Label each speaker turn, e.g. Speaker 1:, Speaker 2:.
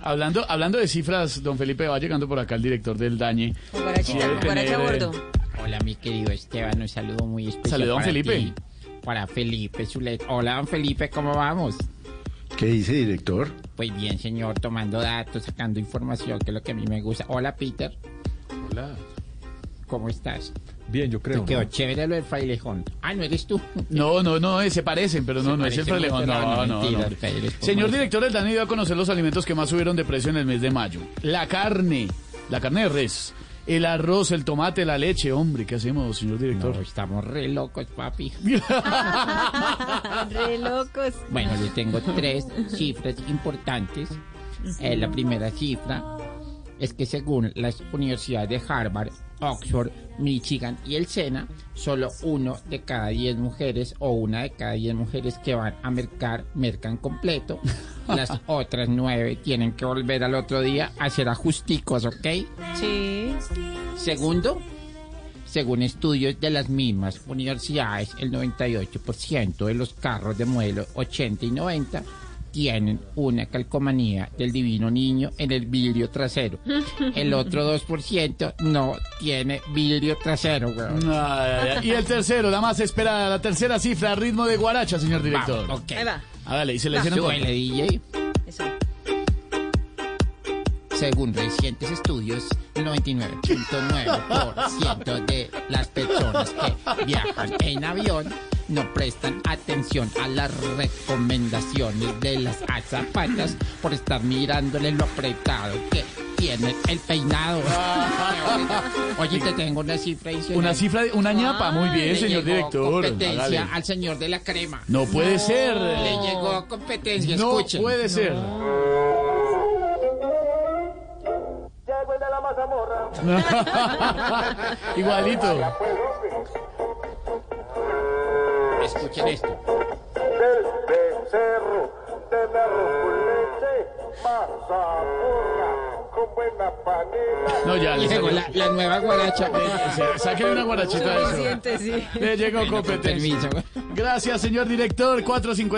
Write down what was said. Speaker 1: Hablando, hablando de cifras, don Felipe, va llegando por acá el director del Dañe. Sí,
Speaker 2: Cucarachita,
Speaker 1: debe
Speaker 2: cucaracha a
Speaker 1: tener, eh,
Speaker 2: bordo.
Speaker 3: Hola, mi querido Esteban, un saludo muy especial.
Speaker 1: Saludo a don
Speaker 3: para
Speaker 1: Felipe.
Speaker 3: ti, para Felipe Zulet. Hola, don Felipe, ¿cómo vamos?
Speaker 4: ¿Qué dice, director?
Speaker 3: Pues bien, señor, tomando datos, sacando información, que es lo que a mí me gusta. Hola, Peter,
Speaker 1: Hola.
Speaker 3: ¿cómo estás?
Speaker 5: Bien, yo creo.
Speaker 3: Te quedó chévere lo del frailejón. Ah, no eres tú.
Speaker 1: No, no, no, eh, se parecen, pero no,
Speaker 3: Se
Speaker 1: no es el
Speaker 3: parece mucho,
Speaker 1: problema. No, no, no.
Speaker 3: mentira, Alfredo, es por
Speaker 1: Señor
Speaker 3: más.
Speaker 1: director del DANE dio a conocer los alimentos que más subieron de precio en el mes de mayo. La carne, la carne de res, el arroz, el tomate, la leche. Hombre, ¿qué hacemos, señor director?
Speaker 3: No, estamos re locos, papi.
Speaker 2: Re locos.
Speaker 3: Bueno, yo tengo tres cifras importantes. Eh, la primera cifra es que según las universidades de Harvard, Oxford, Michigan y el SENA, solo uno de cada diez mujeres o una de cada diez mujeres que van a mercar, mercan completo. Las otras nueve tienen que volver al otro día a ser ajusticos, ¿ok?
Speaker 2: Sí.
Speaker 3: Segundo, según estudios de las mismas universidades, el 98% de los carros de modelo 80 y 90 tienen una calcomanía del divino niño en el vidrio trasero. El otro 2% no tiene vidrio trasero, weón.
Speaker 1: Ay, ay, ay. Y el tercero, la más esperada, la tercera cifra, ritmo de guaracha, señor director.
Speaker 3: Vamos, ok. Ah,
Speaker 2: Ahí va.
Speaker 1: Hágale, y se le hicieron
Speaker 3: Súbele, DJ.
Speaker 2: Eso.
Speaker 3: Según recientes estudios, el 99.9% de las personas que viajan en avión no prestan atención a las recomendaciones de las azafatas por estar mirándole lo apretado que tiene el peinado. Oye, te tengo una cifra adicional.
Speaker 1: una cifra, de- una ñapa. Muy
Speaker 3: Le
Speaker 1: bien, señor
Speaker 3: llegó
Speaker 1: director.
Speaker 3: Competencia
Speaker 1: Hágale.
Speaker 3: al señor de la crema.
Speaker 1: No puede ser.
Speaker 3: Le llegó competencia,
Speaker 1: No
Speaker 3: escuchen.
Speaker 1: puede ser.
Speaker 6: Llegó el de la mazamorra.
Speaker 1: Igualito.
Speaker 3: Escuchen esto.
Speaker 6: Del becerro, del arroz con leche, mazamorra, con buena panela.
Speaker 1: No, ya le
Speaker 3: Llegó
Speaker 1: salió. Eh,
Speaker 3: la, la nueva guaracha.
Speaker 1: Sí, Sáquenle una guarachita de eso.
Speaker 2: Suficiente, sí.
Speaker 1: Le llegó
Speaker 3: Bueno, con
Speaker 1: competencia.
Speaker 3: permiso.
Speaker 1: Gracias, señor director. 450.